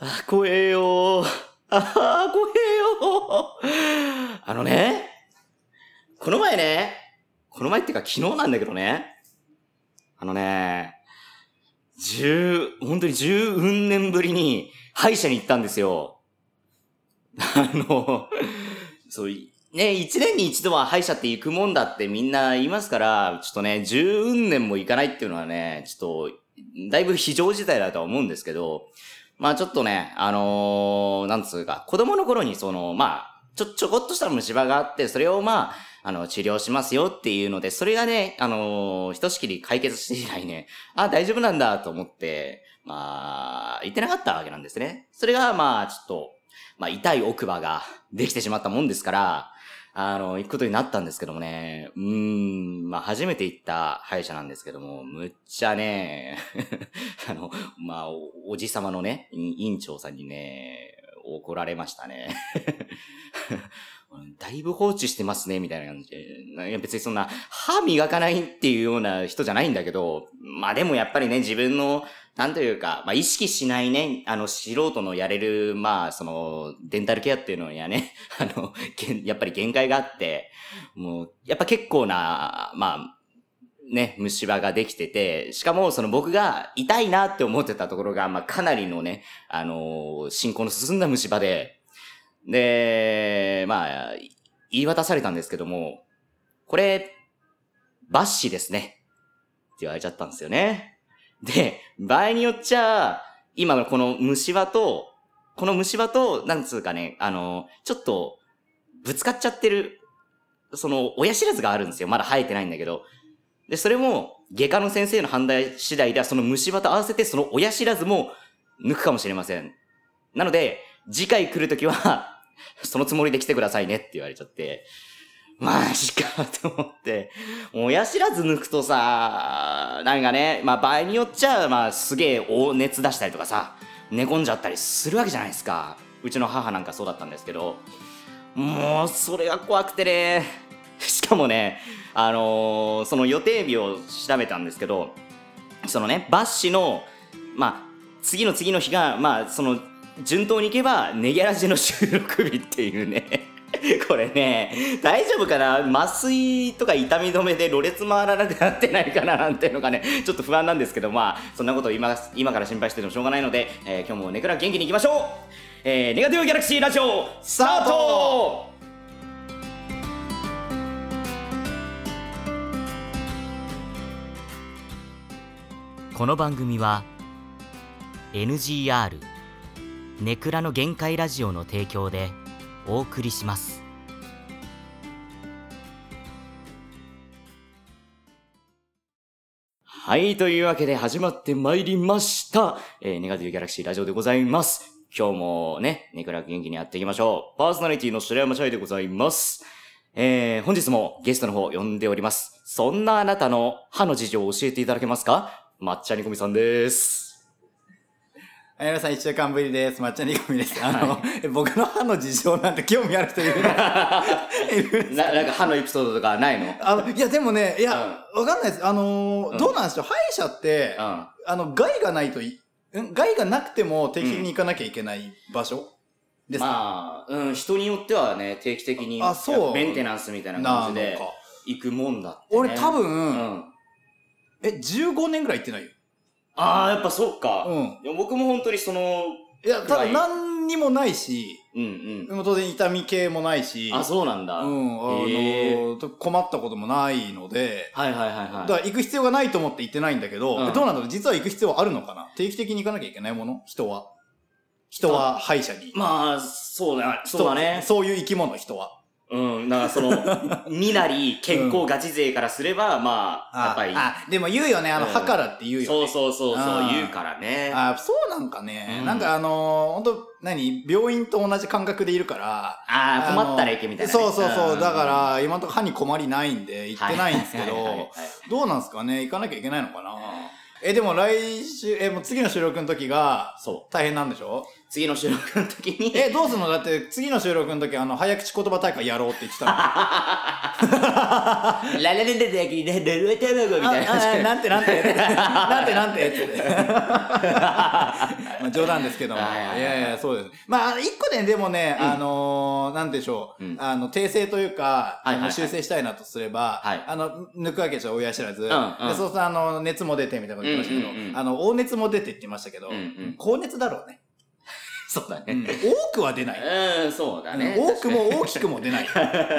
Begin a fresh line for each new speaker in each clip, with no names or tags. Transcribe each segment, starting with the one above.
あ、怖えよー。あー、怖えよー。あのね、この前ね、この前っていうか昨日なんだけどね、あのね、十、本当に十うん年ぶりに歯医者に行ったんですよ。あの、そう、いね、一年に一度は歯医者って行くもんだってみんな言いますから、ちょっとね、十うん年も行かないっていうのはね、ちょっと、だいぶ非常事態だとは思うんですけど、まあちょっとね、あのーなんつうか、子供の頃にその、まあ、ちょ、ちょこっとした虫歯があって、それをまあ、あの、治療しますよっていうので、それがね、あのーひとしきり解決して以来ね、あ、大丈夫なんだと思って、まあ、言ってなかったわけなんですね。それが、まあ、ちょっと、まあ、痛い奥歯ができてしまったもんですから、あの、行くことになったんですけどもね、うーん、まあ、初めて行った歯医者なんですけども、むっちゃね、 あの、まあ、おおじさまのね、い院長さんにね、怒られましたね。 だいぶ放置してますね、みたいな感じで。ないや別にそんな、歯磨かないっていうような人じゃないんだけど、まあでもやっぱりね、自分の、なんというか、まあ意識しないね、あの、素人のやれる、まあ、その、デンタルケアっていうのにはね、 あの、げんやっぱり限界があって、もう、やっぱ結構な、まあ、ね、虫歯ができてて、しかもその僕が痛いなって思ってたところが、まあかなりのね、あのー進行の進んだ虫歯で、で、まあ、い言い渡されたんですけども、これ、抜歯ですね。って言われちゃったんですよね。で、場合によっちゃ、今のこの虫歯と、この虫歯と、なんつうかね、あのーちょっと、ぶつかっちゃってる、その、親知らずがあるんですよ。まだ生えてないんだけど。で、それも、外科の先生の判断次第では、その虫歯と合わせて、その親知らずも抜くかもしれません。なので、次回来るときは、 そのつもりで来てくださいねって言われちゃって、マジかと思って、もう親知らず抜くとさ、なんかね、まあ場合によっちゃ、まあすげえ大熱出したりとかさ、寝込んじゃったりするわけじゃないですか。うちの母なんかそうだったんですけど、もうそれが怖くてね、しかもね、あのーその予定日を調べたんですけど、そのね、バッシュの、まあ、次の次の日が、まあ、その、順当にいけば、ネギャラジの収録日っていうね。 これね、大丈夫かな麻酔とか痛み止めでろれつ回らなくなってないかななんていうのがね、ちょっと不安なんですけど、まあ、そんなことを今今から心配しててもしょうがないので、えー今日もネクラ元気にいきましょうえー、ネガティブギャラクシーラジオ、スタートこの番組は NGR ネクラの限界ラジオの提供でお送りしますはいというわけで始まってまいりました、えーネガティブギャラクシーラジオでございます今日もねネクラ元気にやっていきましょうパーソナリティの白山チャイでございますえー、本日もゲストの方呼んでおります。そんなあなたの歯の事情を教えていただけますか抹茶煮込みさんです。
あやらさん一週間ぶりです。抹茶煮込みです。あの、え僕の歯の事情なんて興味ある人 いるのいる
な、なんか歯のエピソードとかないのうん。
あの、いや、でもね、いや、わ、かんないです。あのー
うん
どうなんでしょう。歯医者って、あ
あ
の、害がないとい、ん害がなくても定期的に行かなきゃいけない場所、ですか、
まあ、うん、人によってはね、定期的に
あそう
メンテナンスみたいな
な
感
の
じで
か。
行くもんだって、ね。
俺多分、
うん。
え、15年ぐらい行ってないよ。
ああ、やっぱそうか。
うん。
でも僕も本当にその、
いや、た
ぐ
だ
らい
何にもないし、
うんうん。
もう当然痛み系もないし、
あ、そうなんだ。
うん、あの
へ
ーと困ったこともないので、
はいはいはいはい。
だから行く必要がないと思って行ってないんだけど、
うん
どうなんだろう実は行く必要はあるのかな定期的に行かなきゃいけないもの人は。人は歯医者に。
まあ、そうだ、
人
そうだね。
そういう生き物、人は。
うん、なんかそ の、身なり健康ガチ勢からすれば、まあ、やっぱり、
あ、でも言うよね、あの、
うん
歯からって言うよね。
そうそうそうそう
あー
言うからね。
あそうなんかね、
うん
なんかあのー、ほんと、何病院と同じ感覚でいるから、
ああ、
の
困ったら行けみたいなね、
そうそうそう。だか
は
ら、今のところ歯に困りないんで、
い、
行ってないんですけど、
はいはいはい
どうなんですかね行かなきゃいけないのかなえ、でも来週、え、もう次の収録の時が、
そ
大変なんでしょ
う。次の収録の時に、
え、どうすんのだって、次の収録の時、あの、早口言葉大会やろうって言ってたの。あ
ラララララララララララ 卵みたいな感じで。
あなんてなんて。なんてなんてって。まあ冗談ですけども。い
はいはいはい
やいや、そうです。まああの、一個で、でもね、
うん
あのー、なんでしょう
うん。
あの、訂正というか、
はい
あ
はいはい
の修正したいなとすれば
はい、
あの、抜くわけじゃ親知らず。で
うん
そうすると、あの、熱も出てみたいなこと言ってました
うんうん
け
うん
ど、あの、大熱も出てって言ってましたけど
うんうん、
高熱だろうね。
そうだ
う ん
ね。
多くは出ない。
うん、そうだね。
多くも大きくも出 ない。う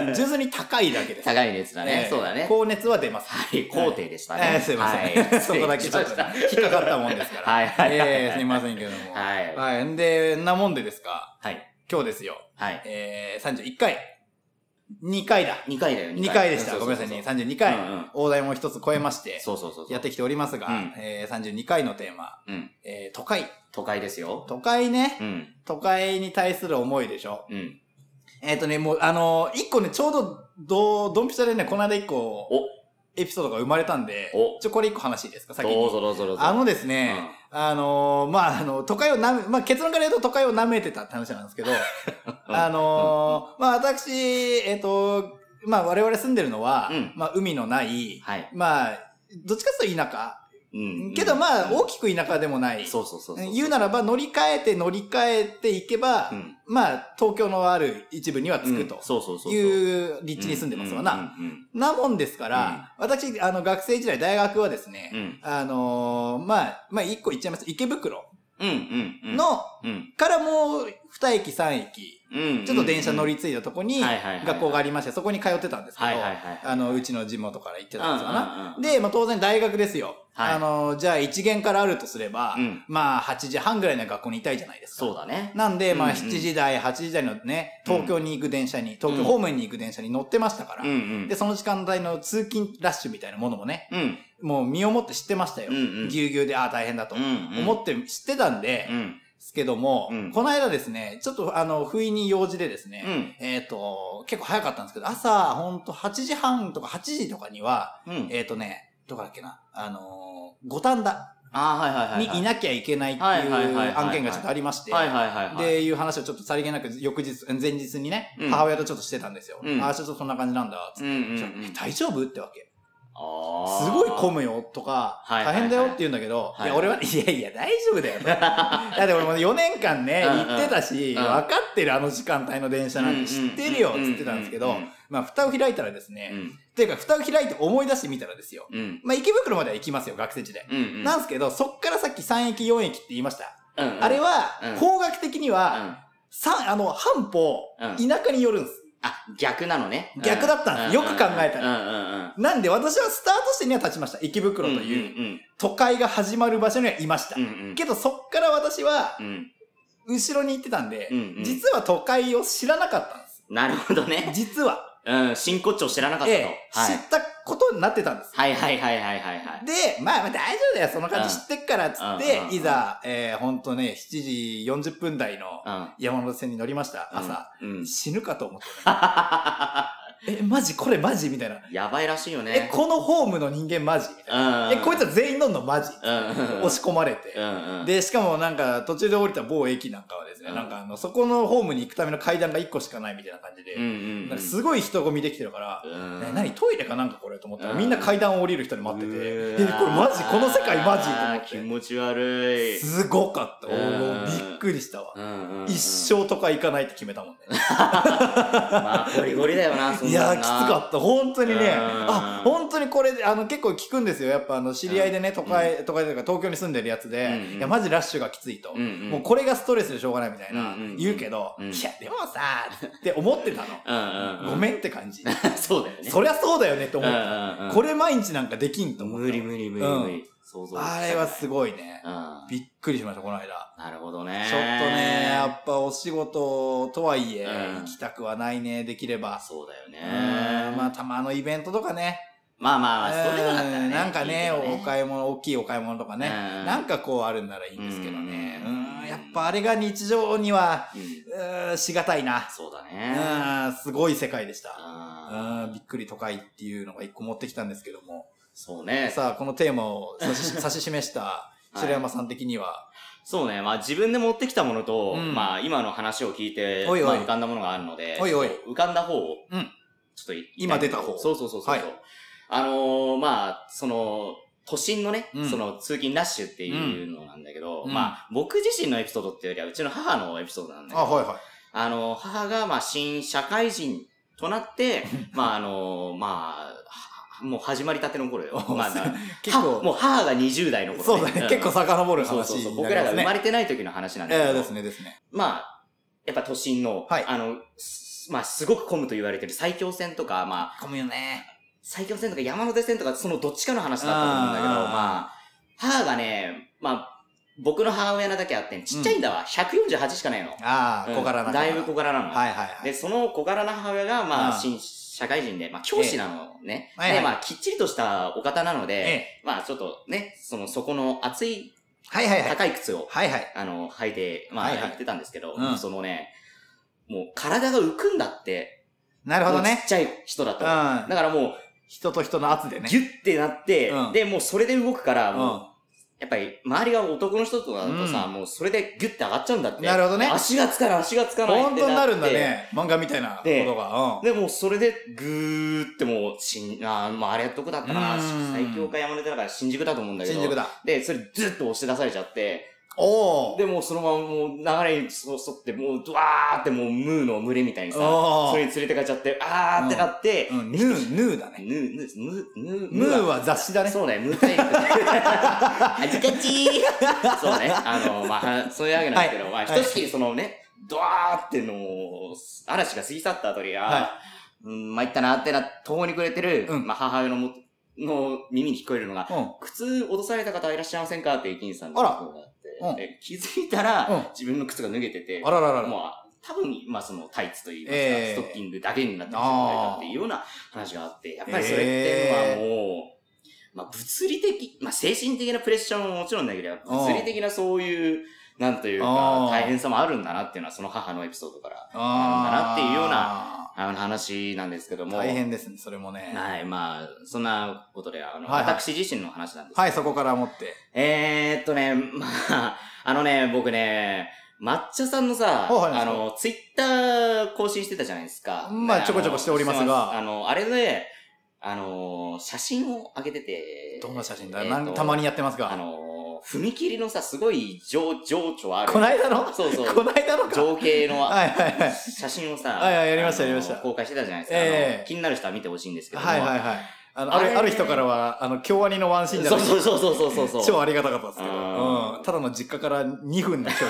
ん徐々に高いだけです。
高い熱だね
え。え
そうだね。
高熱は出ます。
はい、工程でした
え
ね。
ーすいません。
はい
そこだけちょっと
失礼しまし
引っかかったもんですか
た
ら。
はい、はい、はい
ええすいませんけども。は
はい
い。
はい。
んで、んなもんでですか
はい。
今日ですよ。
はい。
えー、31回。2回だ。
2回だよ、
2回でした。ごめんなさいね。32回。
うんうん
大台も一つ超えまして、
そうそうそうそう。
やってきておりますが、
うん
えー、32回のテーマ、
うん。
えー、都会。
都会ですよ。
都会ね。
うん。
都会に対する思いでしょ。
うん。
えっ、ー、とね、もう、あのー、1個ね、ちょうど、どう、ドンピシャでね、この間1個、エピソードが生まれたんで
お、
ちょ、これ1個話いいですか先に。
どうぞどうぞどうぞ。
あのですね、あのーまあ、あの、都会をなめ、まあ、結論から言うと都会を舐めてたって話なん ですけど、あのーまあ、私、えっ、と、まあ、我々住んでるのは、
うん
まあ、海のない、
はい。
まあ、どっちかというと田舎。
うん。
けど、まあ、
うん
大きく田舎でもない。
そうそうそうそう。
言うならば、乗り換えて乗り換えていけば、
うん、
まあ、東京のある一部には着くと
うんそうそうそうそう。
いう立地に住んでますわな。
うんうん
なもんですから、私、あの、学生時代、大学はですね、
うんうん。
あのーまあ、まあ、一個言っちゃいます。池袋
うんうんうん。
の、
うん、
からもう、二駅、三駅、
うん。
ちょっと電車乗
うん
り継いだとこに、
はいはいはい
学校がありまして、そこに通ってたんですけど、
はいはいはい。
あの、うちの地元から行ってたんですよな。
うんうんうん、
で、まあ、当然大学ですよ。
はい
あのーじゃあ一限からあるとすれば、
うん
まあ、8時半ぐらいの学校にいたいじゃないですか。
そうだね。
なんで、ま
う
あ、
んうん
7時台、8時台のね、東京に行く電車に、東
う
京
ん
方面に行く電車に乗ってましたから、
うんうん。
で、その時間帯の通勤ラッシュみたいなものもね、
うん。
もう身をもって知ってましたよ。
うんうん
ぎゅうぎゅうで、ああ、大変だと。
うんうん
思って知ってたんで、
う
で
ん。
すけども、
うん
この間ですね、ちょっとあの、不意に用事でですね、
うん。
えっ、と、結構早かったんですけど、朝、ほんと8時半とか8時とかには、
うん。
えっ、とね、どこだっけな、あのー五反田
あーはいはいはい
に
はい。
いなきゃいけないって
はい
い
はいはいはいは
う
い
案件がちょっとありまして、
はいはいはいはい。
で、いう話をちょっとさりげなく翌日、前日にね、
うん
母親とちょっとしてたんですよ。
うん
ああ、ちょっとそんな感じなんだ、
う
つっ
んう
て。
んうん、
そしたらえ大丈夫ってわけ。
あー
すごい混むよとか、
はい
大変だよって言うんだけど、
はいい
や、俺は、いやいや、大丈夫だ よと。だって俺も4年間ね、
うんうん
行ってたし、分
うん
かってるあの時間帯の電車なんて知ってるよって言ってたんですけ
う
ど
んうんうん、
まあ、蓋を開いたらです
う
ね、
ん
というか、蓋を開いて思い出してみたらですよ。
うん
まあ、池袋までは行きますよ、学生時代。
うんうん
なんですけど、そっからさっき3駅、4駅って言いました。
うんうん
あれ
う
は、
ん
方角的には、三あの、半歩、
うん
田舎に寄るんです。
あ逆なのね
逆だったんですよく考えた
らうんうんうん
なんで、私はスタートしてには立ちました。池袋という。
うん
都会が始まる場所にはいました。
うんうん
けどそっから私は
うんうん
後ろに行ってたんで、
うんうん
実は都会を知らなかったんです。
なるほどね
実は。
うん真骨頂知らなかった
え
と
え、
はい
知ったことになってたんです。
はいはいはいはいはいはい
で、まあまあ大丈夫だよ、その感じ
うん
知ってっからっつっ
うんうん
て、
うん
いざ、えー、ほんとね、7時40分台の
うん
山手線に乗りました、朝。
うんうん
死ぬかと思って、 ね。え、マジこれマジみたいな。
やばいらしいよ
え
ね、
このホームの人間マジみたい
うん
な。え、こいつら全員乗んのマジ
うんうんうん
押し込まれて。
うん うん
で、しかもなんか途中で降りた某駅なんかはですね、
うん
なんかあの、そこのホームに行くための階段が1個しかないみたいな感じで、
うんうん
なんかすごい人混みできてるから、
うん
え何トイレかなんかこれと思ったら、
うん
みんな階段を降りる人に待ってて、え、
う
これ
ーわー
マジこの世界マジ
あー
と
気
思っ
持ち悪
て。
い
すごかった。おー
うん
びっくりしたわ。
うんうんうん
一生とか行かないって決めたもんね。
まあゴリゴリだよなそん
い
な
や
の
ー、きつ
な
かった。本当にね。
うん
あ、本当にこれ、あの、結構聞くんですよ。やっぱ、あの、知り合いでね、都会、都会というか、東京に住んでるやつで
うん、うん
いや、マジラッシュがきついと。
うんうん
もうこれがストレスでしょうがないみたいな
うんうん、
言うけど、
うん
いや、でもさ、って思ってた
うんうんう
の。
ん
ごめんって感じ。
そうだよね。
そりゃそうだよねって思った。
うんうんうん
これ毎日なんかできんと思った。
無理無理無理無理。想像
あれはすごいね
う。ん。
びっくりしました、この間。
なるほどね。
ちょっとね、やっぱお仕事とはいえ、
うん
行きたくはないね、できれば。
そうだよね
うん。まあ、たまのイベントとかね。
まあまあまあ、それはだったら
う
ね。
んなんかね、
いいけど
お買い物、大きいお買い物とかね、
うん
なんかこうあるんならいいんですけどね。う
うんん、
やっぱあれが日常には、
うん
うん、しがたいな。
そうだ
う
ね。
ん、すごい世界でした。
あ
うん、びっくり都会っていうのが一個持ってきたんですけども。
そうね。
さあ、このテーマを指し指し示した白山さん的には、
そうね。まあ自分で持ってきたものと、
うん
まあ今の話を聞いて、
おいおい
まあ浮かんだものがあるので、
おいおい
ちょっと浮かんだ方を、
う
ち
ん
ょっと言いたい
今出た方
そうそうそうそう。
はい
あのーまあ、その、都心のね、
うん
その通勤ラッシュっていうのなんだけど、
うん
まあ、僕自身のエピソードっていうよりは、うちの母のエピソードなんだけど、
あ、はいはい。
あの、母が、まあ、新社会人とな って、まあ、あの、まあ、はもう始まりたての頃よ。
お
まあ、な
結
はも
構、
う母が20代の頃、
そうだね。結構
さ、
遡る話
そうそうそう。僕らが生まれてない時の話なんだけ
え
ど、
え、ですね、ですね。
まあ、やっぱ都心の、
はい
あの、すまあ、すごく混むと言われてる埼京線とか、まあ、
混むよね。
埼京線とか山手線とか、そのどっちかの話だったと思うんだけど、
あー
まあ、母がね、まあ、僕の母親なだけあって、ちっちゃいんだわ。148しかないの。
ああ、
うん
小柄な。
だいぶ小柄なの。
はいはいはい。
で、その小柄な母親が、まあ、
うん
新社会人で、まあ、教師なのね。
ええはいはい
で、まあ、きっちりとしたお方なので、
ええ
まあ、ちょっとね、その、そこの厚い、
はいはいはい。
高い靴を、
はいはい。
あの、履いて、まあ、
はいはい
やってたんですけど、
うん
そのね、もう、体が浮くんだって、
なるほど
もう
ね
ちっ。ちゃい人だと。
う
だ
ん。
からも
人と人の圧で
う、
ね。
ギュッてなって、
うん
で、もうそれで動くから、
う
もう、やっぱり、周りが男の人とかだとさ、
うん
もうそれでギュッて上がっちゃうんだって。
ん。なるほどね。
足がつかない、足がつかないって
本当になるんだ
って
ね。漫画みたいなこ
で
とが。うん。
で、もうそれで、ぐーってもう、しん、あーまああれはどこだったかな
うーん
最強か山根だから新宿だと思うんだけど。
新宿だ。
で、それずっと押し出されちゃって、
おお。
で、もうそのままもう流れに沿って、もう、ドワーってもうムーの群れみたいにさ、
お
そ
お
れ。に連れてかっちゃって、あーってなって、
うんヌー、ヌーだね。
ヌー、ヌー、ヌー、
ムーは雑誌だね。
そうね、ムータ イプ。恥ずかしい。 そうね、あの、まあ、そういうわけなんですけど、まあ、ひとしきりそのね、ドワーってのを、嵐が過ぎ去った後に、あー
はい
うん、参ったなってな、途方に暮れてる、
うん
まあ、母親のも、の耳に聞こえるのが、
うん。
靴落とされた方はいらっしゃいませんかって駅員さんの
あら
声があ
う
っ
ん
て、で気づいたら、
うん
自分の靴が脱げてて、
あらららら。
もう、多分、まあ、そのタイツといいますか、
ええ
ストッキングだけになってしまったっていうような話があって、やっぱりそれって
え
いうのはもう、まあ、物理的、まあ、精神的なプレッシャーももちろんだけど、物理的なそういう、なんという
あ
か
ー、
大変さもあるんだなっていうのは、その母のエピソードから、
あー
なんだなっていうようなあの話なんですけども、
大変ですね、それもね。
はい、まあ、そんなことで、あの、
はいはい
私自身の話なんですけど
はい、そこから持って。
えー、っとね、 まあ、あのね、僕ね、抹茶さんのさ、
はいはい
あの、ツイッター更新してたじゃないですか。
まあ
ね
ちょこちょこしておりますが
してあの、あれで、あの、写真を上げてて。
どんな写真だ、
えー
な
っ
ん
と
たまにやってます
あ
が。
の、踏切のさ、すごい情、情緒ある。
こないだの
そうそう。
こないだのか。
情景の
はいはい はい。
写真をさ、
はいはいやりました
あの
やりました
公開してたじゃないですか。
ええ
あの気になる人は見てほしいんですけども。
はいはいはい。あの、あ
あれ
る、ある人からは、あの、京アニのワンシーンだ
そうそうそうそうそうそう。
超ありがたかったですけど、
うん
うん。ただの実家から2分の距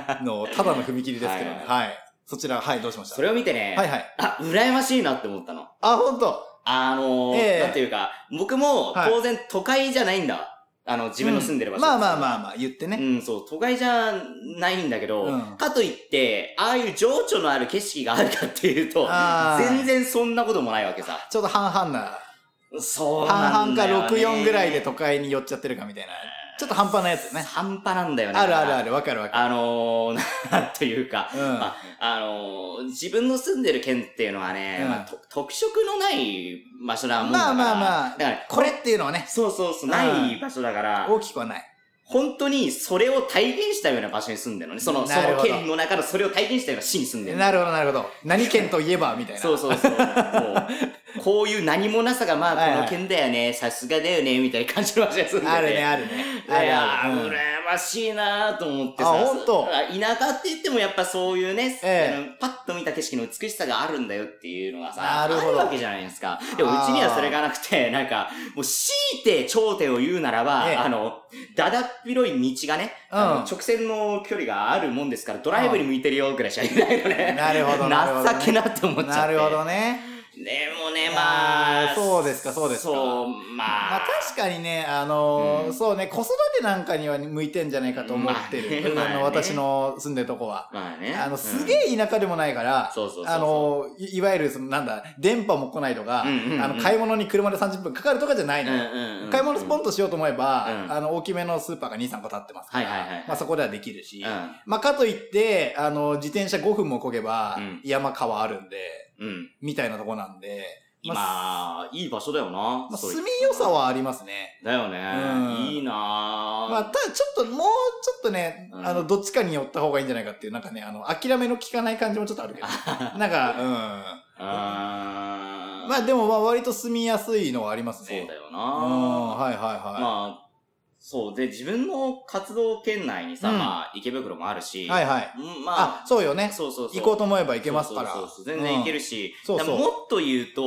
離の、ただの踏切ですけどね。はい。そちら、はい、どうしました
それを見てね、
はいはい。
あ、羨ましいなって思ったの。
あ、ほんと。
あのー
ええ
なんていうか、僕も
はい
当然都会じゃないんだ。あの、自分の住んでる場所、
まあまあまあまあ、言って
う
ね。
ん、そう、都会じゃないんだけど、
うん
かといって、ああいう情緒のある景色があるかっていうと、
あー
全然そんなこともないわけさ。
ちょうど半々な。
そうな
半
ん
々
だよ、ね。
か64ぐらいで都会に寄っちゃってるかみたいな。ちょっと半端なやつね。
半端なんだよね。
あるあるあ
る。
る、わかるわかる。
あのー、なんというか、
うん。
まあ、あのー自分の住んでる県っていうのはね、
うん
まあ、と特色のない場所なもんだから。
まあまあまあ
だから、
これっていうのはね、
そうそうそう、ない場所だから、
大きくはない。
本当にそれを体現したような場所に住んでるのね。その、そ
なる
の
ほど
県の中のそれを体現したような市に住んでるの。
なるほど、なるほど。何県といえば、みたいな。
そうそうそう。もう、こういう何もなさが、ま
はい
あ、
はい
この県だよね、さすがだよね、みたいな感じの場所に住んでて
あるね、あるね。
い
ある
や
ある
ー、
うん
羨ましいなーと思ってさ。
あほんと
田舎って言ってもやっぱそういうね、
ええ
あのパッと見た景色の美しさがあるんだよっていうのがさ、
なるほど
あるわけじゃないですか。でもうちにはそれがなくて、なんか、もう強いて頂点を言うならば、
ええ
あの、だだっ広い道がね、
うん
あの直線の距離があるもんですから、ドライブに向いてるよぐらいしか言えないのね。
なるほどなるほどね
情けなって思っちゃって。
なるほどね。
でもね、ま
あ
あ。
ーそうですかそうですか
そう、まあ。
まあ確かにね、あのー
うん
そうね、子育てなんかには向いてんじゃないかと思ってる。
まあね
あの
まあね
私の住んでるとこは。
まあね。
あの、すげ
え、
え田舎でもないから、
そうそうそうそう
あのーいいわゆる、その、なんだ、電波も来ないとか、
うんうんうん
あの、買い物に車で30分かかるとかじゃないの。買い物スポ
ン
ンとしようと思えば、
うん
あの、大きめのスーパーが2、3個立ってますから、
はいはいはいはい
まあそこではできるし、
うん
まあかといって、あの、自転車5分もこげば、
うん
山川あるんで、
うん。
みたいなとこなんで、
今、いい場所だよな。
まあ、
そうい
住
う
みよさはありますね。
だよね。
うん
いいな
まあ、
ま
ただちょっと、もうちょっとね、
うん
あの、どっちかに寄った方がいいんじゃないかっていう、なん かね、あの、諦めの効かない感じもちょっとあるけど、なんか、うん。
あ
まあでもまあ割と住みやすいのはあります
そう
ね
だ。よな。
うん、はいはいはい。
まあ、そう。で、自分の活動圏内にさ、
うん
まあ、池袋もあるし、
はいはい。
うんま
あ
あ、、
そうよね。
そうそうそう。
行こうと思えば行けますから。
そうそうそう全然いけるし、
うんそうそう
だからもっと言うと、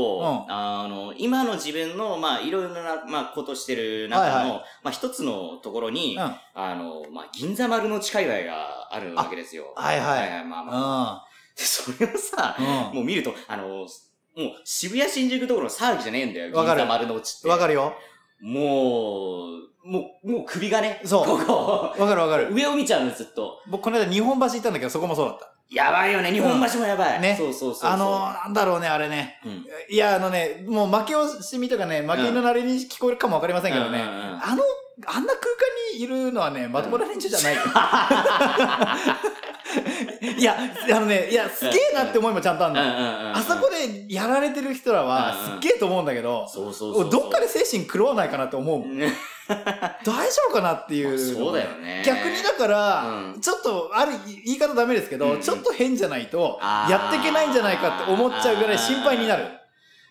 う
あの、今の自分の、まあ、いろいろな、まあ、ことしてる中の、
はいは
まあ、一つのところに、
うん。はい
あの、まあ、銀座丸の地界隈があるわけですよ。
はい。
はい、まあまあ。
う
でそれをさ、
ん。
もう見ると、あの、もう渋谷新宿ところの騒ぎじゃねえんだよ、
わ
銀
かる
座丸の地って。
うん。わかるよ。
もう、もう、もう首がね、
そう
こ
わかるわか
こ、
る。
上を見ちゃうの、ずっと。
僕この間日本橋行ったんだけど、そこもそうだっ
やばいよね、日本橋もやばい。
うんね
そうそうそうそう。
た。あの、なんだろうね、あれね。
うん、
いや、あのね、もう負け惜しみとかね、負けのなりに聞こえるかもわかりませんけどね。
うんうんうん
あの、あんな空間にいるのはね、まともな連中じゃないよ。いや、あのね、いや、すげえなって思いもちゃんとある
うん
の。
うんうんうん
あそこでやられてる人ら
うんうん
は、すっげえと思うんだけど、
そうそうそうそう。
どっかで精神狂わないかなって思うもん。
ね
大丈夫かなってい う。
そうだよね。
逆にだから、
うん
ちょっと、ある言い方ダメですけど、
うんうん
ちょっと変じゃないと
あ、ー
やっていけないんじゃないかって思っちゃうぐらい心配になる。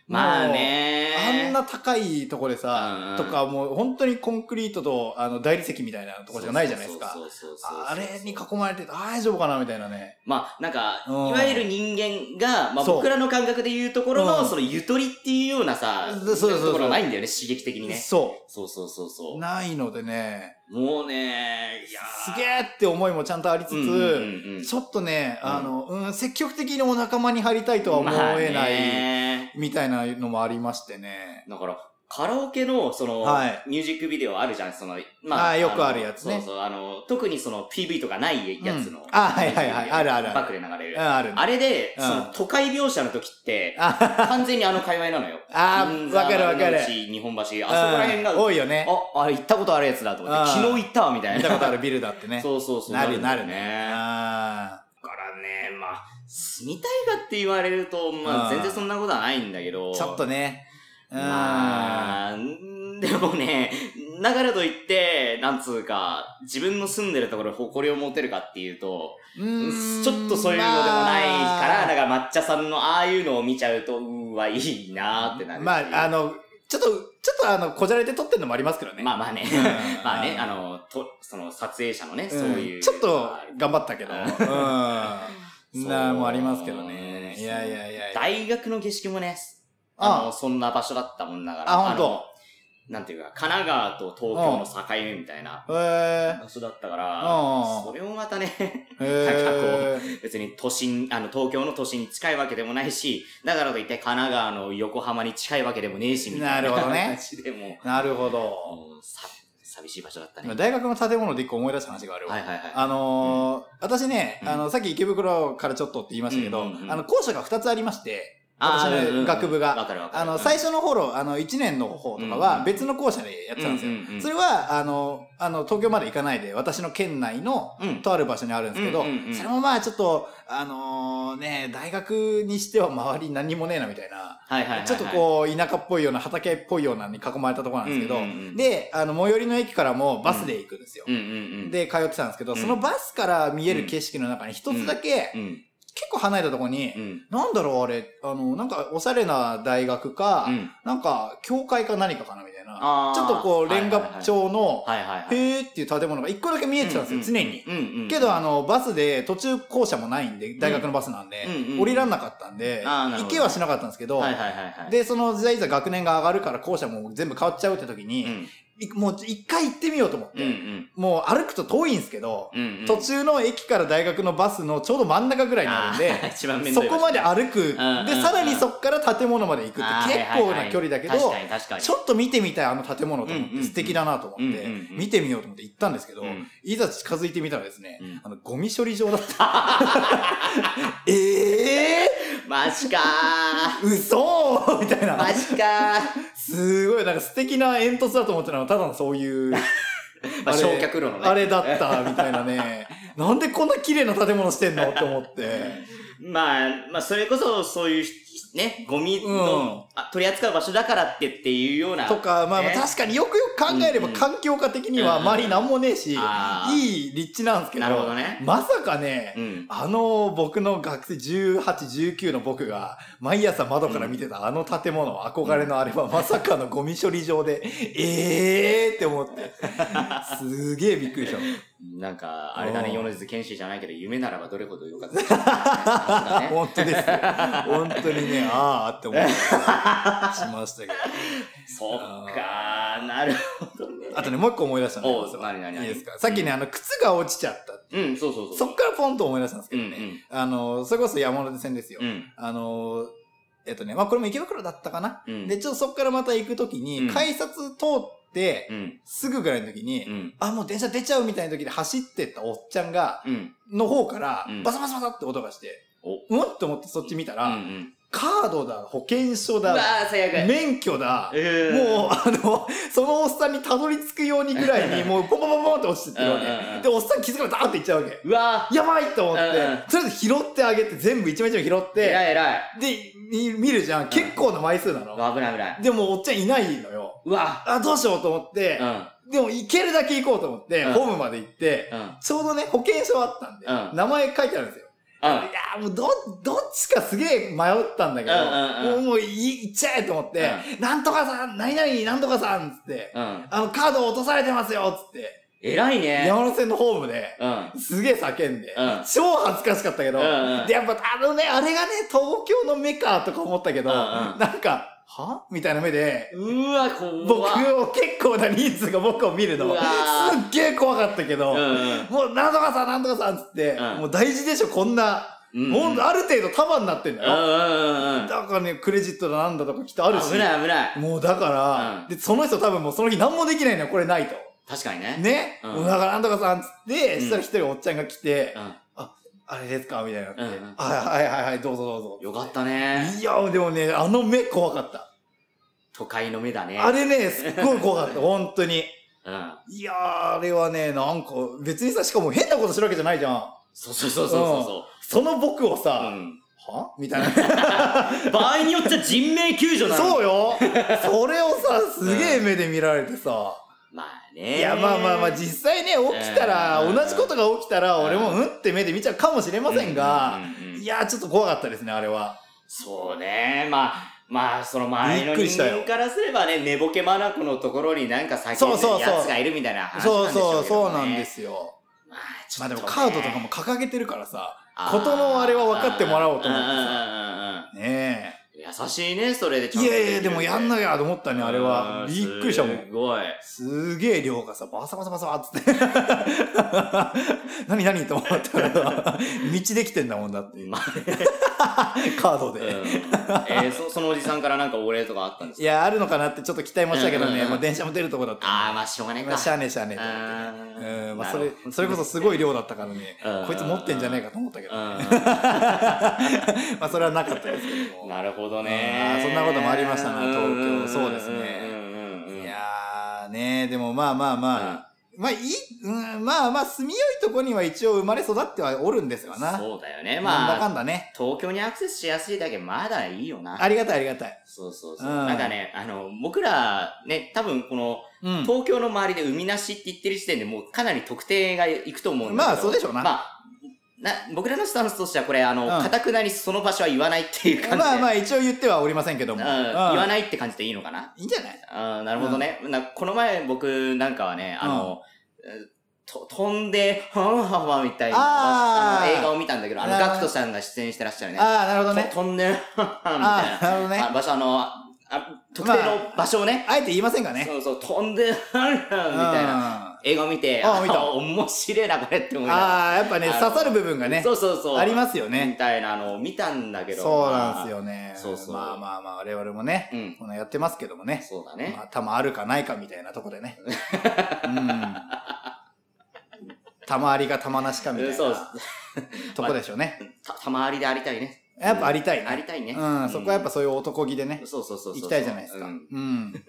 まあね。
あんな高いとこでさ、
うん
とかもう本当にコンクリートとあの大理石みたいなとこしかないじゃないですか
そ。うそうそうそうそう
あれに囲まれて大丈夫かなみたいなね。
まあ、なんか、
うん
いわゆる人間が、まあ
そう
僕らの感覚で言うところの、
うん
そのゆとりっていうようなさ、
そうそうそう
ところはないんだよね、刺激的にね。
そ。
そうそうそうそうう。
ないのでね、
もうね、いや
すげえって思いもちゃんとありつつ、
うんうんうん
ちょっとね、
うん
あの、うん、積極的にお仲間に入りたいとは思
まあ
えない、
ね
みたいなのもありましてね。
だから、カラオケの、その、
はい
ミュージックビデオあるじゃん、その、
あーよくあるやつね
のそうそう、あの、特にその PV とかないやつの。
うんあはいはいはいあるあるある
バックで流れ
う
る
ん、。ある。
あれで、
うん
その都会描写の時って、
あ
完全にあの界隈なのよ。
あー
銀座
わかるわかる
丸の内日本橋、あそこら辺が、
うん多いよね。
あ、あ、行ったことあるやつだと思っ
うん
て、昨日行ったわみたいな。
見たことあるビルだって ね。
そうそうそう。
なるなる
ね。
あ
だからね、まあ、住みたいかって言われると、まあ、
うん
全然そんなことはないんだけど。
ーちょっとね。うん。
まあ、んでもね、だからといって、なんつうか、自分の住んでるところに誇りを持てるかっていうと、
うーん
ちょっとそういうのでもないから、だから抹茶さんのああいうのを見ちゃうと、うーわ、いいなーってなる。
まあ、まあ、あの、ちょっと、ちょっとあの、こじゃれて撮ってるのもありますけどね。
まあまあね
うん、
まあね、あの、と、その撮影者のね、
うん
そういう。
ちょっと頑張ったけど。
うん
うん。なあ、もうありますけどね。
そう
いやいやいやいや。
大学の景色もね、
あ
あの、そんな場所だったもんだから。
あほんと
のなんていうか、神奈川と東京の境目みたいな
へえ
場所だったか
うん
ら、それもまたね、
ー。へー
別に都心、あの、東京の都心に近いわけでもないし、だからといって神奈川の横浜に近いわけでもねえし、みたいな
なるほどね
感じでも
なるほ
う、
ど。
もうさ寂しい場所だったね。
今
はい
大学の建物で一個思い出した話があるわ。
はいは
あのー私ね、
うん
あの、さっき池袋からちょっとって言いましたけど、
うんうんうん
あの、校舎が2つありまして、
い。
私
あーうんうんう
の
ん
学部が。
わかるわかる。
あの、最初の頃、あの、1年の方とか
うん
は別の校舎でやってたんですよ。
うんうんうん
それは、あの、あの、東京まで行かないで、私の県内の、
うん
とある場所にあるんですけど、
うんうんうん
それもまあちょっと、あのね、大学にしては周り何もねえなみたいな、
はいはいはいはい。
ちょっとこう、田舎っぽいような、畑っぽいようなのに囲まれたところなんですけど、
うんうんうん
で、あの、最寄りの駅からもバスで行くんですよ。
うんうんうん。、
で、通ってたんですけど、
うん
そのバスから見える景色の中に一つだけ、
うん。
結構離れたところに、
うん。
なんだろうあれ、あの、なんかおしゃれな大学か、
うん。
なんか、教会か何かかなみたいな。
あー
ちょっとこう、レンガ。調の、
はいはいはい。
へーっていう建物が一個だけ見えてたんですよ、常に。
うんうんうん。
けど、あの、バスで、途中校舎もないんで、大学のバスなんで
うんうんう、ん
降りらんなかったんで、
あーなるほ
行
ど
けはしなかったんですけど
は、いはいはいはい。
で、その、じゃあいざ学年が上がるから校舎も全部変わっちゃうって時
う
に、
ん、
いもう一回行ってみようと思っ
うんう
て、
ん
もう歩くと遠いんですけど、
うんうん。
途中の駅から大学のバスのちょうど真ん中ぐらいにあるんで
あー、一番面
そ
倒い
こまで歩く。で、
うんうん
さらにそこから建物まで行く
あ
っ
ー
て結構な距離だけど、
はいはいはい確かに確かに。
ちょっと見てみたいあの建物と思
うんうん
っ
うん
て素敵だなと思っ
うん
て
うんうん
見てみようと思って行ったんですけど
うん
いざ近づいてみたらですね
うん
あのゴミ処理場だった ええ
マジか
嘘みたい
ー。
な
マジか
すごいなんか素敵な煙突だと思ってたのただのそ ういう
ー。まあ、
あれ
焼却炉のね。
あれだったみたい なね なんでこんな綺麗な建物してんのって思って
まあ、まあ、それこそそういうね、ゴミ
うん
の、あ取り扱う場所だからってっていうような。
とか、まあ、まあ
ね
確かによくよく考えれば
うんうん
環境下的に
う
は
んうん
周りなんもねえし、
あー
いい立地なんですけど、
なるほどね
まさかね、
うん。
あの僕の学生18、19の僕が毎朝窓から見てたあの建物、憧れのあれはまさかのゴミ処理場で、ええーって思 って、すげえびっくりした。
なんか、あれだ
う
ね、
ん
米津玄師じゃないけど、夢ならばどれほどよかったか さすがね。
本当ですよ。本当にね、ああって思ってしましたけど。
そっかー、なるほどね。
あとね、もう一個思い出した
お
の
う、なになに
いいですかさっきね、あの、靴が落ちちゃった。
うん、そうそうそう。
そっからポンと思い出したんですけ
う
ど
ん、
ね。
うん。
あの、それこそ山手線ですよ。
うん。
あの、えっとね、まあ、これも池袋だったかな。
うん。
で、ちょっとそっからまた行くときに、
うん
改札通って、
うん。
すぐぐらいの時に、
うん。
あ、もう電車出ちゃうみたいな時で走ってったおっちゃんが、
うん。
の方から
うん、
バサバサバサって音がして、
お
うんと思ってそっち見た
う
ら、
ん。
カードだ、保険証
うわ
だ、
ー、最悪。
免許だ、
うん
もう、あの、そのおっさんにたどり着くようにぐらいに、もう、ポンポンポンポンって落ちてってるわ
うんうんう
け。
ん
で、おっさん気づかれたーって行っちゃうわけ。
うわ
やばいと思って
うんうん、
とりあえず拾ってあげて、全部一枚一枚拾っ
ー、
て、
偉い偉い。
で、み見るじゃん。結構な枚数なの。
危ない危ない。
でも、おっちゃんいないのよ。
うわ
あ、どうしようと思って
う、ん。
でも、行けるだけ行こうと思って、
うん
ホームまで行って、
うん。
ちょうどね、保険証あったんで、
うん
名前書いてあるんですよ。
うん
い。やーもうど、どっちかすげえ迷ったんだけ
うんうんう
ど、もう、もうい、行っちゃえと思って、なんとかさん、何々なんとかさんっつって、
うん。
あの、カード落とされてますよっつって、
偉いね。
山手線のホームで、
うん。
すげえ叫んで、
うん
超恥ずかしかったけど、
うんうん
で、やっぱあのね、あれがね、東京の目かとか思ったけど、
うんうん
なんか、はみたいな目で、
うわ、こ
僕を、結構な人数が僕を見る
う
の、
わ
すっげえ怖かったけど、
うんうん
もう、なんとかさん、なんとかさんっつって、
うん
もう大事でしょ、こんな、
うんうん
もうある程度束になって
う
んだ
んう
よ。
んうんうん。
だからね、クレジットだなんだとかきっとあるし、
危ない危ない。
もうだから、
うん
で、その人多分もうその日何もできないのよ、これないと。
確かにね。
ね、
うん
もうだからなんとかさんっつって、
うん
したら一人おっちゃんが来て、
うん。
あれですかみたいになって、
うんうん
はいはいはいはい、どうぞどうぞ。
よかったね。
いや、でもね、あの目怖かった。
都会の目だね。
あれね、すっごい怖 かった、本当に。
うん。
いやー、あれはね、なんか、別にさ、しかも変なことしてるわけじゃないじゃん。
そうそうそうそうそ
その僕を
う。う
さ、
ん。
はみたいな。
場合によ っちゃ人命救助なの。
そう
う。
よそれをさ、すげえ目で見られてさ。
まあね。
いや、まあまあまあ、実際ね、起きたら、
うん
同じことが起きたら、
うん
俺もうんって目で見ちゃうかもしれませんが、
うんうんうん
いやー、ちょっと怖かったですね、あれは。
そうね。まあ、まあ、その周り
びっ
の
くりし
人
たよ
間からすればね、寝ぼけまなこのところになんか先
そう
に
そうそう
やつがいるみたいな話なん
そ
で
う
しょ
そうう、
け
そ
どね。
うなんで。すよ。
まあ、ち
ま
ょ
あ
っ
で
と
も
ね
カードとかも掲げてるからさ、
あー
ことのあれは分かってもらおうと思ってさ
んんうんうんうん
ね
優しいね、それでちゃ
え。
ん
い
と
やいや、でもやんな
き
きゃと思ったね、あれは。びっくりしたもん。
すごい。
すげえ量がさ、バサバサバサっつって。 何何と思ったら、 道できてんだもんだって、
まあ、
カード
うん、え
で。
ーそそのおじさんからなんかお礼とかあったんです
い
か
や、あるのかなってちょっと期待もしたけど
うんうん
ね、
うん
まあ電車も出るとこだった。
ああ、まあ、しょうがない
ま
か。
あ、しゃあねえしゃあねえと思ってね。
う
うんん、まあ
な
そ
る
れ、それこそすごい量だったからね
うん、
こいつ持ってんじゃねえかと思ったけど、
ほど
ま
うん
あそれはなかったですけども。
なるほどね
う。んあーそんなこともありましたな東京
うん
そうです
う
ね
んうんうんうん
いやーねでもまあまあまあ、まあいい、うん、まあまあ住みよいとこには一応生まれ育ってはおるんです
う
わ
ん
な。
そうだよね。
なんだか
まあ、
んだね。
東京にアクセスしやすいだけまだいいよな。
ありがたいありがたい。
そうそうそう。
うん
なんかね、あの、僕ら、ね、多分この、
うん。
東京の周りで海なしって言ってる時点でもうかなり特定がいくと思うんだけど。
まあそうでしょうな
まあ、な、僕らのスタンスとしてはこれ、あの、
うん
かたくなにその場所は言わないっていう感じで。
まあまあ一応言ってはおりませんけど
う
も。
ん、言わ
い。
ないって感じでいいのかない
いんじゃない
あーなるほどね。なこの前僕なんかはね、あの、えーと飛んで、はわはわみたいなあ
あー
の映画を見たんだけど、あの、
なるほ
ガ
ど
クトさんが出演してらっしゃるね。
ああ、なるほど
と
ね。
飛んで、はわはみた
あ
い
あ、なるほど
な。
ね
あ。場所あのあ特定の場所をね、
あえて言いませんかね。
そうそう、飛んで、はわはみたいな
な。
映画を見て、
あー見た
面白いな、これって思いながら。
ああ、やっぱね、
あの
刺さる部分がね、
そうそうそう。
ありますよ
み
ね。
たいなのを見たんだけど。
そうなんです
よ。
よね。
そうそう
まあまあまあ、我々もね、
うん。
このやってますけどもね。
そうだね。
まあ、弾あるかないかみたいなとこでね。 うん。弾ありか弾なしかみたいな
そう
とこでしょうね。
た、たまわりでありたいね。
やっぱありたい
あ
ね。
りたいね。
うん、そこはやっぱそういう男気でね、
そうそうそうそう。
行きたいじゃないですか。
う
うんん。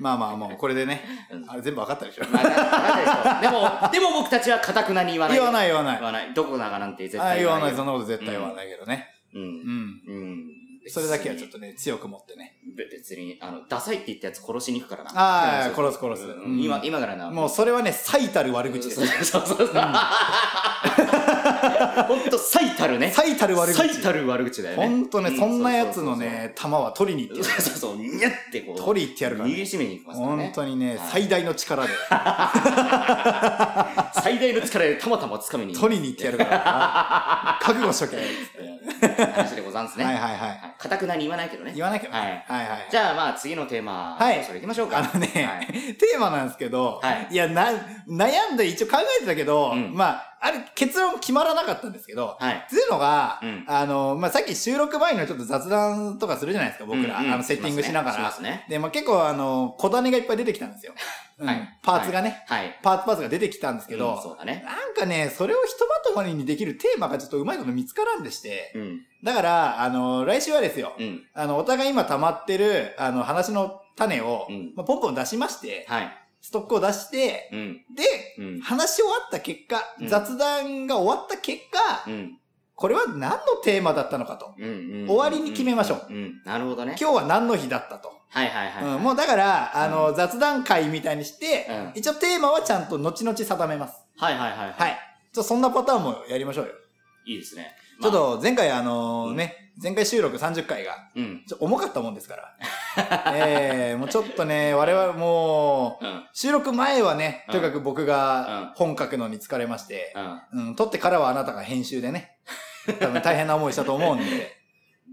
まあまあもう、これでね
う、ん
あれ全部分かったでしょ。
まあななんでしょうでも、でも僕たちはかたくなに言わない。
言わない言わない。
言わない。どこだかなんて絶
あ
対
言わない、
よ
そんなこと絶対言わないけどね。
うん
う。ん。
うん。
それだけはちょっとね、強く持ってね。
べ別に、あの、ダサいって言ったやつ殺しに行くからな。
ああ、
そう
殺す殺す。
う
うんん
今、今からな。
もうそれはね、最たる悪口です。
そうそうそう そう。本当最たるね。
最たる悪口。
最たる悪口だよね。
ほんとね、
う
そんなやつの。ね、弾は取りに行
そう
っ
そ
て
うそうそうそう、にゃってこう。
取りに行ってやるから
握
ね。
りしめに行きますから
本
ね。
当にね
はい、
最大の力 で
最大の力でたまたま掴みに。
取りに行ってやるからな。覚悟 しとけ。
話でござんすね。
はい
は
はいはい。
い。かたくなに言わないけどね。
言わなきゃ。
はい
はいはい。
じゃあまあ次のテーマ、
はい
そろそれ行きましょうか。
あのね、
はい
テーマなんですけど、、
はい
や、な、悩んで一応考えてたけど、
うん
まあ、あれ結論決まらなかったんですけど、
はい。
っていうのが、
うん
あの、まあ、さっき収録前のちょっと雑談とかするじゃないですか、僕ら。
うんうん
あの、セッティングしなが
しま
ら。
すね。
で、まあ、結構あの、小種がいっぱい出てきたんですよ。うん
はい
パーツがね、
しますねはい。
パーツパーツが出てきたんですけど、
うんそうだね。
なんかね、それをひとまとまりにできるテーマがちょっとうまいこと見つからんでして、
うん。
だから、あの、来週はですよ、
うん。
あの、お互い今溜まってる、あの、話の種を、
うん
まあ、ポンポン出しまして、
はい。
ストックを出して、
うん。
で、
うん。
話し終わった結果、
うん
雑談が終わった結果、
うん。
これは何のテーマだったのかと。
うん。うん
終わりに決めましょう。
うんうん。なるほどね。
今日は何の日だったと。
はいはいはい。
うん、もうだから、あの、雑談会みたいにして、
うん
一応テーマはちゃんと後々定めます。
はいはいはい。
はい。ちょっとそんなパターンもやりましょうよ。
いいですね。
ちょっと前回あの
うん
ね、前回収録30回が、
まあ。うん。
ちょ重かったもんですから。 ええもうちょっとね、我々もう、
うん。
収録前はね、とにかく僕
うん
が本書くのに疲れまして、
うん。
うん、撮ってからはあなたが編集でね、 多分大変な思いしたと思うんで、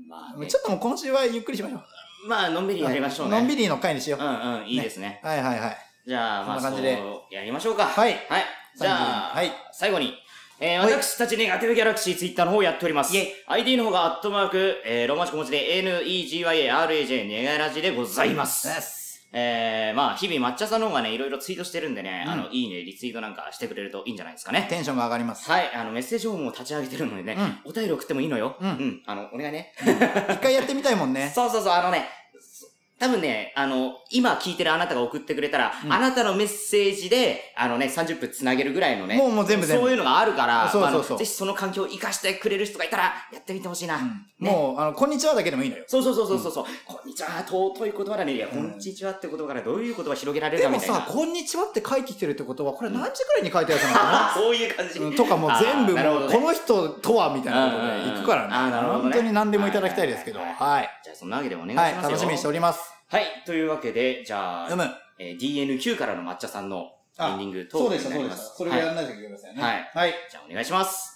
まあ
もう
ね
ちょっともう今週はゆっくりしましょう。
まあ、のんびりやりましょうね。
のんびりの回にしよう。
うんうん、いいですね。
はいはいはい。
じゃあ、まあ、
そんな感じで
そうやりましょうか。い。
はい。
はい。じゃあ、
はい
最後に、えー、
はい
私たちネガティブギャラクシーツイッターの方をやっております
イェイ。
ID の方がアットマーク、えー、ローマ字小文字で NEGYARAJ ネガラジでございます。
です
えー、まあ、日々抹茶さんの方がね、いろいろツイートしてるんでね、
うん
あの、いいね、リツイートなんかしてくれるといいんじゃないですかね。
テンションが上がります。
はい、あの、メッセージフォームを立ち上げてるのでね、お便り送ってもいいのよ。
うん
うん、あの、お願いね。
一回やってみたいもんね。
そうそうそう、あのね、そ多分ね、あの、今聞いてるあなたが送ってくれたら、
うん
あなたのメッセージで、あのね、30分つなげるぐらいのね、
もうもう全部全部
そういうのがあるから、
そうそうそう
まああのぜひその環境を生かしてくれる人がいたら、やってみてほしいな。
うんもう、あの、こんにちはだけでもいいのよ。
そうそうそうそうそう、うこんにちは、尊い言葉だね。いや、こ
うん
んにちはって言葉からどういう言葉広げられる
で
かみ
も
たいな。
さ、こんにちはって書いてきてるってことは、これ何時くらいに書いたやつなのかな
あ そういう感じ。
うんとかもう全部
あーなるほ
も
ど
う、
ね
この人とはみたいなこと
うんうんうん
で行くからね。
あーなるほどね
本当に何でもいただきたいですけど。
は
はいい。
じゃあ、そんなわけでお願いしま
は
す
い、
よ。
楽しみにしております。
はい、というわけで、じゃ
う
あ、
む。
えー DNQ からの抹茶さんのエンディングトークになります。はい
んないといけません
ねはい。
はい。
じゃあお願いします。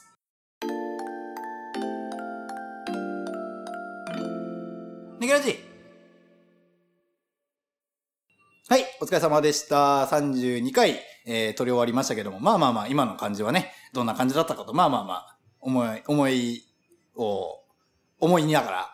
ネギラジはい、お疲れ様でした。32回、えー、撮り終わりましたけども、まあまあまあ、今の感じはね、どんな感じだったかと、まあまあまあ、思い、思いを、思いなが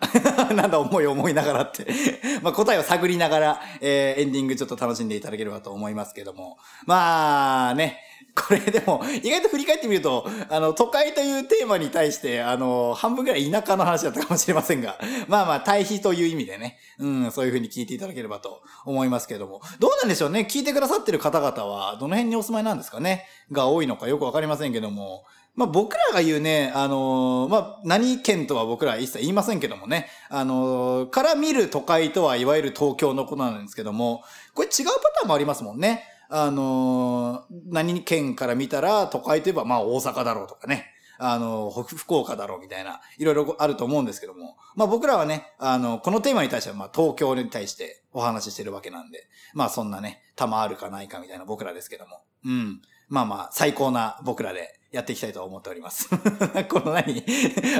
ら、 なんだ思い思いながらって、 まあ答えを探りながら、えー、エンディングちょっと楽しんでいただければと思いますけども、まあね、これでも、意外と振り返ってみると、あの、都会というテーマに対して、あの、半分ぐらい田舎の話だったかもしれませんが、まあまあ、対比という意味でね、うん、そういう風に聞いていただければと思いますけども、どうなんでしょうね、聞いてくださってる方々は、どの辺にお住まいなんですかね、が多いのかよくわかりませんけども、まあ僕らが言うね、あのーまあ何県とは僕らは一切言いませんけどもね、あのーから見る都会とはいわゆる東京のことなんですけども、これ違うパターンもありますもんね。あのー何県から見たら都会といえばまあ大阪だろうとかね。あのー、ふ福岡だろうみたいな、いろいろあると思うんですけども。まあ僕らはね、あの、このテーマに対しては、まあ東京に対してお話ししてるわけなんで、まあそんなね、玉あるかないかみたいな僕らですけども。うん。まあまあ、最高な僕らでやっていきたいと思っております。 この何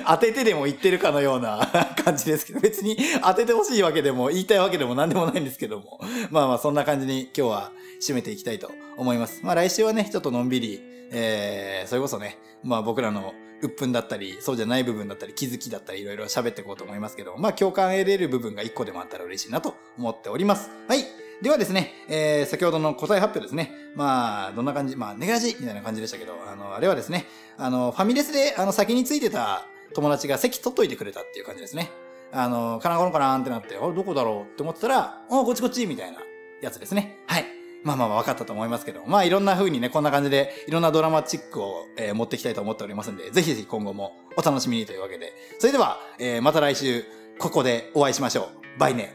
当ててでも言ってるかのような 感じですけど、別に当ててほしいわけでも言いたいわけでも何でもないんですけども。まあまあ、そんな感じに今日は締めていきたいと思います。まあ来週はね、ちょっとのんびり、えー、それこそね、まあ僕らの鬱憤だったり、そうじゃない部分だったり、気づきだったり、いろいろ喋っていこうと思いますけど、まあ共感得れる部分が一個でもあったら嬉しいなと思っております。はい。ではですね、えー、先ほどの答え発表ですね。まあ、どんな感じ、まあ、ネガジみたいな感じでしたけど、あの、あれはですね、あの、ファミレスで、あの、先についてた友達が席取っといてくれたっていう感じですね。あの、かなこのかなーんってなって、あれ、どこだろうって思ってたら、おこっちこっちみたいなやつですね。はい。まあまあまあ分かったと思いますけど、まあいろんな風にね、こんな感じでいろんなドラマチックを、えー持っていきたいと思っておりますんで、ぜひぜひ今後もお楽しみにというわけで。それでは、えーまた来週、ここでお会いしましょう。バイね。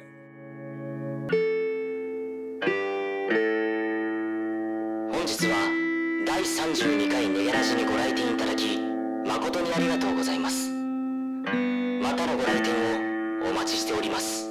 本日は第32回ネゲラジにご来店いただき誠にありがとうございますまたのご来店をお待ちしております